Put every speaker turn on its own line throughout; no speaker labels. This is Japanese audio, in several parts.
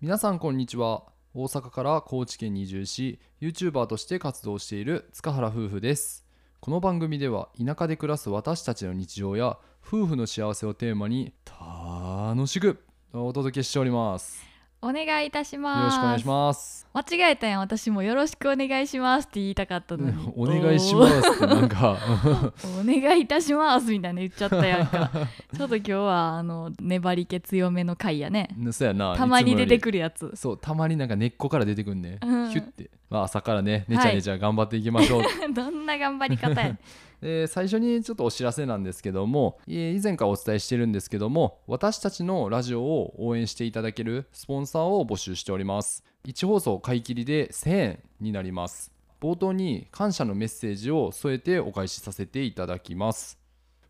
皆さんこんにちは大阪から高知県に移住し YouTuber として活動している塚原夫婦ですこの番組では田舎で暮らす私たちの日常や夫婦の幸せをテーマに楽しくお届けしております
お願いいたします
よろしくお願いします
す間違えたやん私もよろしくお願いしますって言いたかったの に
お願いしますすってなんか
お願いいたしますみたいな言っちゃったやん かちょっと今日はあの粘り気強めの回やね
そうやな
たまに出て
る
くるやつ
そうたまになんか根っこから出てくんね、
うん
ヒュッて、まあ、朝からねねちゃねちゃ頑張っていきましょう
どんな頑張り方や
で最初にちょっとお知らせなんですけどもえー以前からお伝えしてるんですけども私たちのラジオを応援していただけるスポンサーを募集しております1放送買い切りで1000円になります冒頭に感謝のメッセージを添えてお返しさせていただきます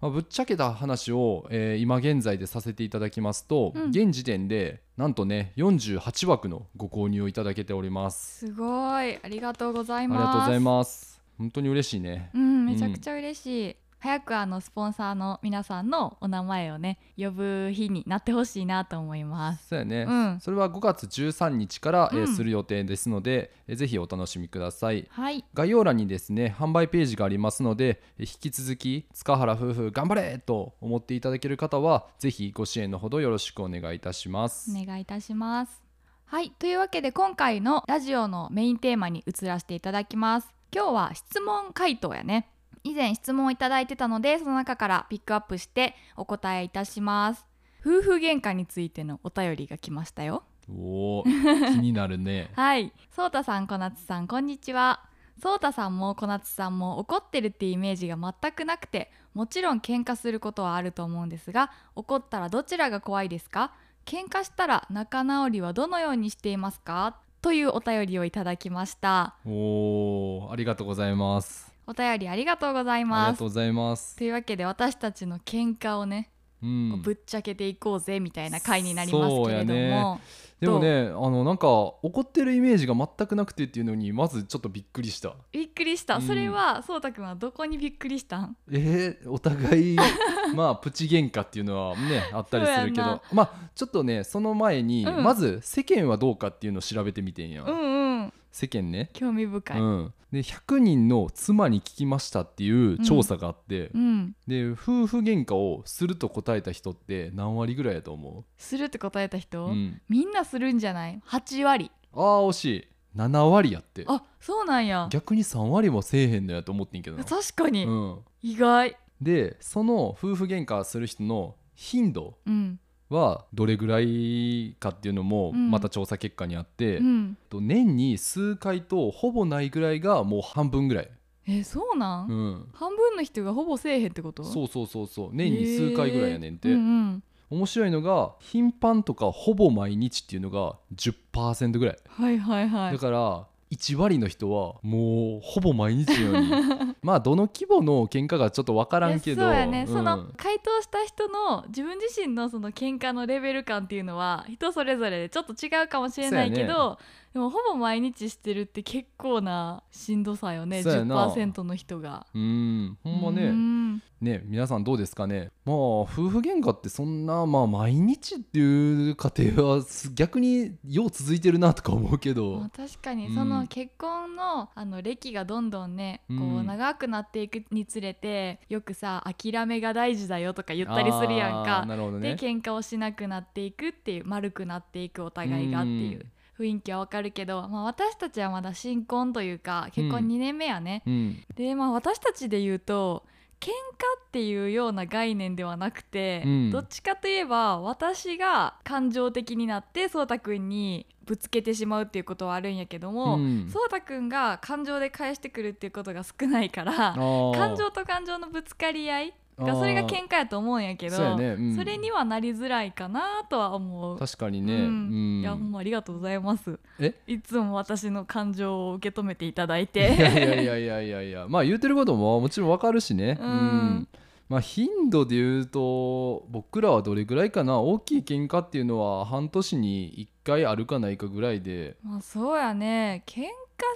まあぶっちゃけた話を、えー今現在でさせていただきますと、
うん
現時点でなんとね48枠のご購入をいただけております
すごいありがとうござ
あ
い
り
ます
がとうございます本当に嬉しいね
うんめちゃくちゃ嬉しい、早くあのスポンサーの皆さんのお名前をね呼ぶ日になってほしいなと思います
そうやね、
うん
それは5月13日から、えー
うん
する予定ですので、えーぜひお楽しみください
はい
概要欄にですね販売ページがありますのでえー引き続き塚原夫婦頑張れと思っていただける方はぜひご支援のほどよろしくお願いいたします、
お願いいたしますはいというわけで今回のラジオのメインテーマに移らせていただきます今日は質問回答やね以前質問をいただいてたのでその中からピックアップしてお答えいたします夫婦喧嘩についてのお便りが来ましたよ
おー気になる ね
はい、そうたさん、こなつさん、こんにちは。そうたさんもこなつさんも怒ってるってイメージが全くなくて、もちろん喧嘩することはあると思うんですが、怒ったらどちらが怖いですか？喧嘩したら仲直りはどのようにしていますか？というお便りをいただきました。
おーありがとうございます
お便りありがとうござい
あり
ま
が
す
と。うございます
というわけで私たちの喧嘩をね、
うん
ぶっちゃけていこうぜみたいな回になりますけれど
そうや
も、
でもねあのなんか怒ってるイメージが全くなくてっていうのにまずちょっとびっくりした
びっくりした。それはそうたくんはどこにびっくりしたん？
えーお 互いまあプチ喧嘩っていうのはねあったりするけ
そうやん
ど
な
まあちょっとねその前に、
うん
まず世間はどうかっていうのを調べてみてんや、
うんうん、
世間ね、
興味深い。
うん、で100人の妻に聞きましたっていう調査があって、
うん、
で夫婦喧嘩をすると答えた人って何割ぐらいやと思
するって答えた人、
う、うん、
みんなするんじゃない8割
ああ惜しい7割やって
あそうなんや
逆に3割もせえへんのやと思ってんけどな、
確かに、
うん、
意外
でその夫婦喧嘩する人の頻度
うん
はどれぐらいかっていうのも
うん
また調査結果にあって、
うん
と年に数回とほぼないぐらいがもう半分ぐらい、
えそうなん、
うん、
半分の人がほぼせえへんってこと
そううそうそうそう年に数回ぐらいやねんって、
うんうん、
面白いのが頻繁とかほぼ毎日っていうのが10%ぐらい、
はいはいはい
だから1割の人はもうほぼ毎日のよう にまあどの規模の喧嘩がちょっと分から
いや
んけど
そうやね、
ん
その回答した人の自分自身のその喧嘩のレベル感っていうのは人それぞれでちょっと違うかもしれない
そ
け
う
ど、でもほぼ毎日してるって結構なしんどさよね
そうやな
10%の人が。
うんほんまね、
うん
ね皆さんどうですかねまあ夫婦喧嘩ってそんなまあ毎日っていう家庭はす逆によう続いてるなとか思うけど、
まあ、確か
う
に
ん
その結婚の,、あの歴がどんどんねこ
う
うん長くなっていくにつれてよくさ諦めが大事だよとか言ったりするやん
あー
か、
なるほど
で
ね
喧嘩をしなくなっていくっていう丸くなっていくお互いがっていう雰囲気はわかるけど、まあ、私たちはまだ新婚というか結
うん
婚2年目やね、
うん
でまあ私たちで言うと喧嘩っていうような概念ではなくて、
うん
どっちかといえば私が感情的になってそうたくんにぶつけてしまうっていうことはあるんやけど
う
も、
ん
そうたくんが感情で返してくるっていうことが少ないから
あー
感情と感情のぶつかり合いが
あー
それが喧嘩やと思うんやけど
そうやねうん
それにはなりづらいかなとは思う。
確かにね、
うん
うん
いやほんまありがとうございます
え
いつも私の感情を受け止めていただい
い
て
やいやいやいやいやいやまあ言うてることももちろんわかるしね、
うん
まあ、頻度で言うと僕らはどれぐらいかな大きい喧嘩っていうのは半年に1回あるかないかぐらいで
まあそうやね喧嘩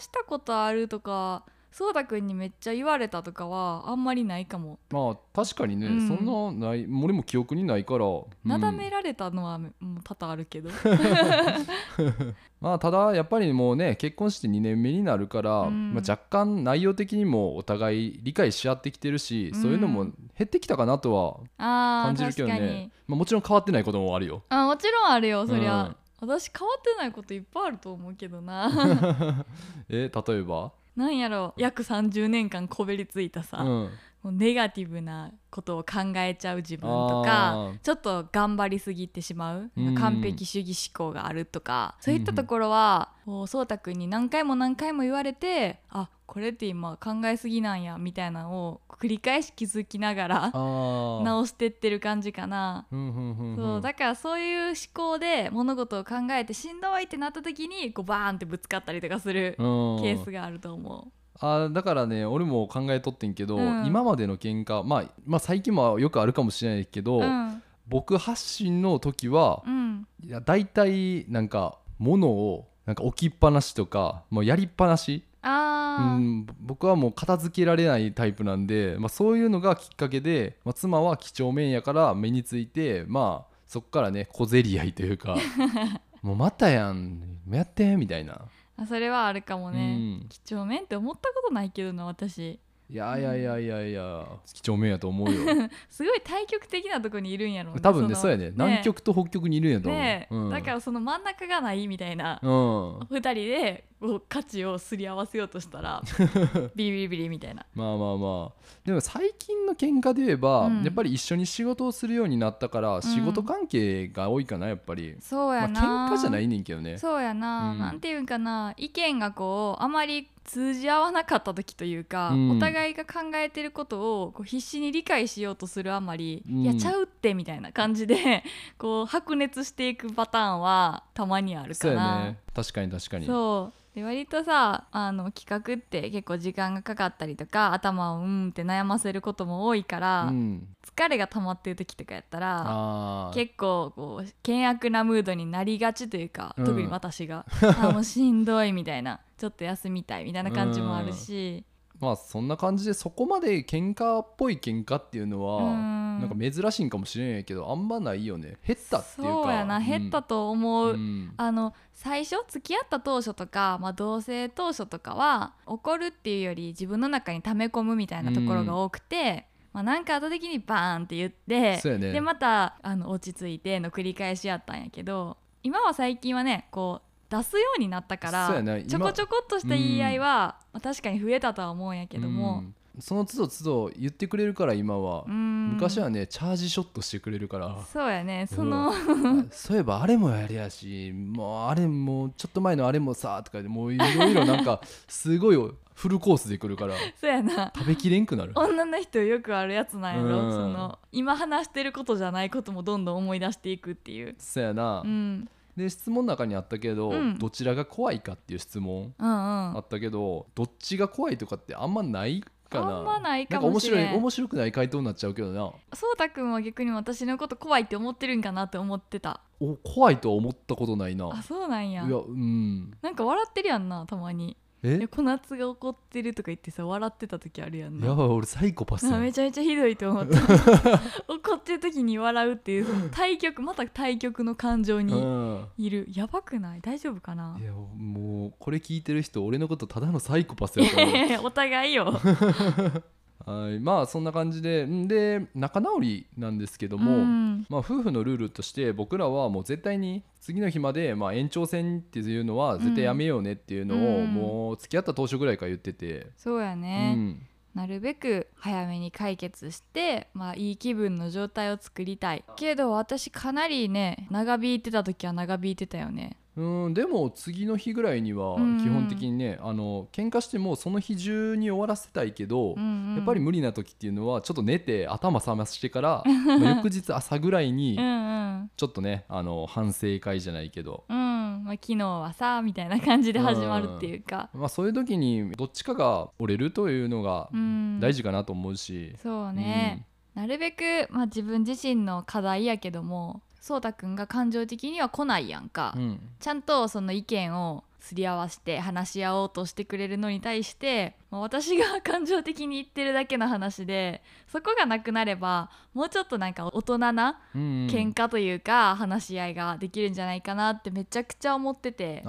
したことあるとかそうたくんにめっちゃ言われたとかはあんまりないかも、
まあ確かにね、
うん
そんなない俺も記憶にないから、うん
なだめられたのはもう多々あるけ ど
まあただやっぱりもうね結婚して2年目になるから、
うん
まあ、若干内容的にもお互い理解し合ってきてるし、そういうのも減ってきたかなとは
あ
感
ー
じるけ
確
ど
か
ね
に、
まあ、もちろん変わってないこともあるよ
あもちろんあるよそり
う
ゃ
ん、
私変わってないこといっぱいあると思うけどな
え例えば、
なんやろ約30年間こべりついたさ、
うん、
もうネガティブなことを考えちゃう自分と
あ
か
ー
ちょっと頑張りすぎてしまう、
うん
完璧主義思考があるとかそういったところはこうそうたくんに何回も何回も言われてあこれって今考えすぎなんやみたいなのを繰り返し気づきながら
あー
直してってる感じかな。
うんうんうんうん
そうだからそういう思考で物事を考えてしんどいってなった時にこうバーンってぶつかったりとかする
うん
ケースがあると思
あーだからね俺も考えとってんけど、
うん
今までの喧嘩、まあ、まあ最近もよくあるかもしれないけど、
う。うん
僕発信の時は、
うん
いや大体なんか物をなんか置きっぱなしとかもうやりっぱなし、う
あー
ん、僕はもう片付けられないタイプなんで、まあ、そういうのがきっかけで、まあ、妻は几帳面やから目についてまあそこからね小競り合いという かもうまたやんやってみたいな、
あそれはあるかも
う
ね、
ん
几帳面って思ったことないけどな私
いやいやいやいやいや几帳面やと思うよ
すごい対極的なとこにいるんやろうね
多分ね
の
そうやね南極と北極にいるんやと思う、
ねえ
うん、
だからその真ん中がないみたいな、
うん
二人でこう価値をすり合わせようとし たらビリビリビリみたいな
まあまあまあでも最近の喧嘩で言えば、
うん
やっぱり一緒に仕事をするようになったから仕事関係が多いかなやっぱり、
そうやな、
まあ喧嘩じゃないねんけどね
そうやな、
うん
なんていうんかな意見がこうあまり通じ合わなかった時というか、
うん
お互いが考えてることをこう必死に理解しようとするあまり、
うん
いやちゃうってみたいな感じでこう白熱していくパターンはたまにある
そ
か
うや
な
ね。確かに確かに
そうで割とさあの企画って結構時間がかかったりとか頭をうんって悩ませることも多いから、
ん、
疲れが溜まってる時とかやったら
あー
結構こう険悪なムードになりがちというか、
うん
特に私があもうしんどいみたいなちょっと休みたいみたいな感じもあるし、
まあそんな感じでそこまで喧嘩っぽい喧嘩っていうの
う
は、
ん、
なんか珍しいんかもしれんやけどあんまないよね減ったっていうか
そうやな減ったと思
と
う、
うん
あの最初付き合った当初とか、まあ、同棲当初とかは怒るっていうより自分の中に溜め込むみたいなところが多くて、まあ、なんかあった時にバーンって言って
そうやね
でまたあの落ち着いての繰り返しやったんやけど今は最近はねこう出すようになったか
そうや
ら、
ね今
ちょこちょこっとした言い合いは、まあ確かに増えたとは思うんやけど
う
も、
んその都度都度言ってくれるから今は、
うん
昔はねチャージショットしてくれるから
そうやねその、
あそういえばあれもやりやしもうあれもちょっと前のあれもさとかでもういろいろなんかすごいフルコースで来る から
そうやな
食べきれんくなる
女の人よくあるやつなんやろ、
うん
その今話してることじゃないこともどんどん思い出していくっていう、
そやな、
うん、
で質問の中にあったけど、
うん
どちらが怖いかっていう質問
うんうん
あったけどどっちが怖いとかってあんまないかな
あんまないか
ん
もしれん
面白い面白くない回答になっちゃうけどな
そうたくんは逆に私のこと怖いって思ってるんかなって思ってた
お怖いとは思ったことないな
あそうなんや
いやうん
なんか笑ってるやんなたまにい
え
や小夏が怒ってるとか言ってさ笑ってた時あるやんな
やばい俺サイコパスや
あめ
ん
ちゃめちゃひどいと 思った怒ってる時に笑うっていうその対極また対極の感情
う
に
ん
いるやばくない大丈夫かない
やもうこれ聞いてる人俺のことただのサイコパス
い
やと
や
思う
いやいやお互いよ
はい、まあそんな感じでんで仲直りなんですけど も、
うん
まあ、夫婦のルールとして僕らはもう絶対に次の日まで、まあ、延長戦っていうのは絶対やめようねっていうのを、
うん
もう付き合った当初ぐらいから言ってて、
そうや
う
ね、
ん
なるべく早めに解決して、まあ、いい気分の状態を作りたいけど私かなりね長引いてた時は長引いてたよね
うん、でも次の日ぐらいには
うん
基本的にね、あの喧嘩してもその日中に終わらせたいけど、
うんうん
やっぱり無理な時っていうのはちょっと寝て頭覚ましてから、 まあ翌日朝ぐらいに
うんうん
ちょっとねあの反省会じゃないけど
うんまあ、昨日はさみたいな感じで始まるっていうか、
まあ、そういう時にどっちかが折れるというのが
うん、
大事かなと思うし、
そうね、なるべく、まあ、自分自身の課題やけどもそうたくんが感情的には来ないやんか、
うん
ちゃんとその意見をすり合わせて話し合おうとしてくれるのに対して、まあ私が感情的に言ってるだけの話でそこがなくなればもうちょっとなんか大人な
うん
喧嘩というか、話し合いができるんじゃないかなってめちゃくちゃ思ってて。
ああ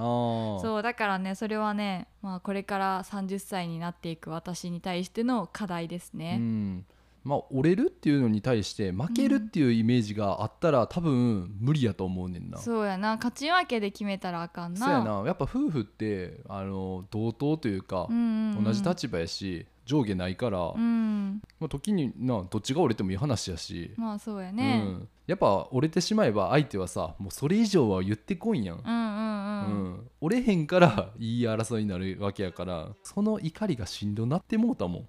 そうだからねそれはね、まあ、これから30歳になっていく私に対しての課題です
う
ね。
んまあ、折れるっていうのに対して負けるっていうイメージがあったら多分無理やと思うねんな。
そうやな勝ち負けで決めたらあかん
そ
な。
うやなやっぱ夫婦ってあの同等というか
う、んうんうん、
同じ立場やし上下ないから、
うん
まあ、時になどっちが折れてもいい話やし、
まあそうやね。
う、ん、やっぱ折れてしまえば相手はさもうそれ以上は言ってこんやん、
うん、うんうん、
うん折れへんからいい争いになるわけやからその怒りがしんどなってもうたもん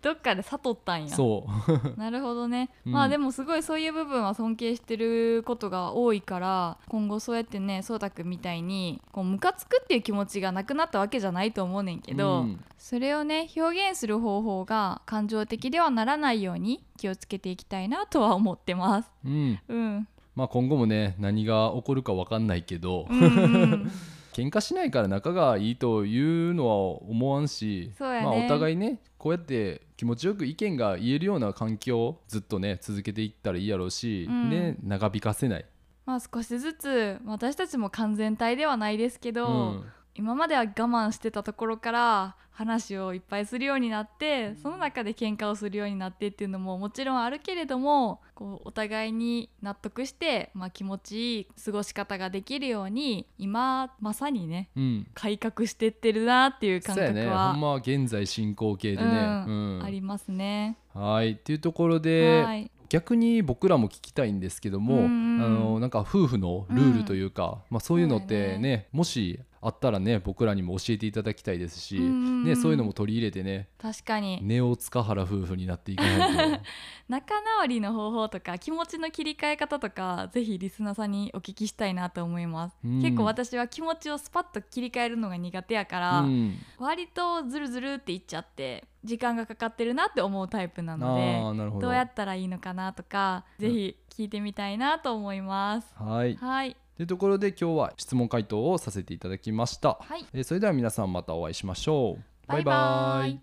どっかで悟ったんや。
そう
なるほどね、
うん
まあでもすごいそういう部分は尊敬してることが多いから今後そうやってねそうたくんみたいにこうムカつくっていう気持ちがなくなったわけじゃないと思うねんけ
う
ど、
ん
それをね表現する方法が感情的ではならないように気をつけていきたいなとは思ってます。
うん
うん、
まあ、今後もね何が起こるか分かんないけど、
うん うん、
喧嘩しないから仲がいいというのは思わんし、
そうやね
まあ、お互いねこうやって気持ちよく意見が言えるような環境をずっとね続けていったらいいやろうし、
うん
ね長引かせない。
まあ少しずつ私たちも完全体ではないですけど、
うん
今までは我慢してたところから話をいっぱいするようになってその中で喧嘩をするようになってっていうのももちろんあるけれどもこうお互いに納得して、まあ、気持ちいい過ごし方ができるように今まさにね
うん
改革してってるなっていう感
そうや
覚
ねほん
は
ま現在進行形でね、
うん
うん
ありますね。
はいっていうところ
は
で
い
逆に僕らも聞きたいんですけども、
うんうん
あのなんか夫婦のルールというか、まあ、そういうのっ
そうや
てね
ね
もしあったらね僕らにも教えていただきたいですし、
うんうん
ね、そういうのも取り入れてね
確かに
ネオ塚原夫婦になっていか ないと
仲直りの方法とか気持ちの切り替え方とかぜひリスナーさんにお聞きしたいなと思います、
うん
結構私は気持ちをスパッと切り替えるのが苦手やから、
うん、
割とズルズルっていっちゃって時間がかかってるなって思うタイプな
あ
ので
ーなるほ
ど
ど
うやったらいいのかなとか、
うん
ぜひ聞いてみたいなと思います。
はい
はい、
というところで今日は質問回答をさせていただきました、
はい、
えーそれでは皆さんまたお会いしましょう
バイバイ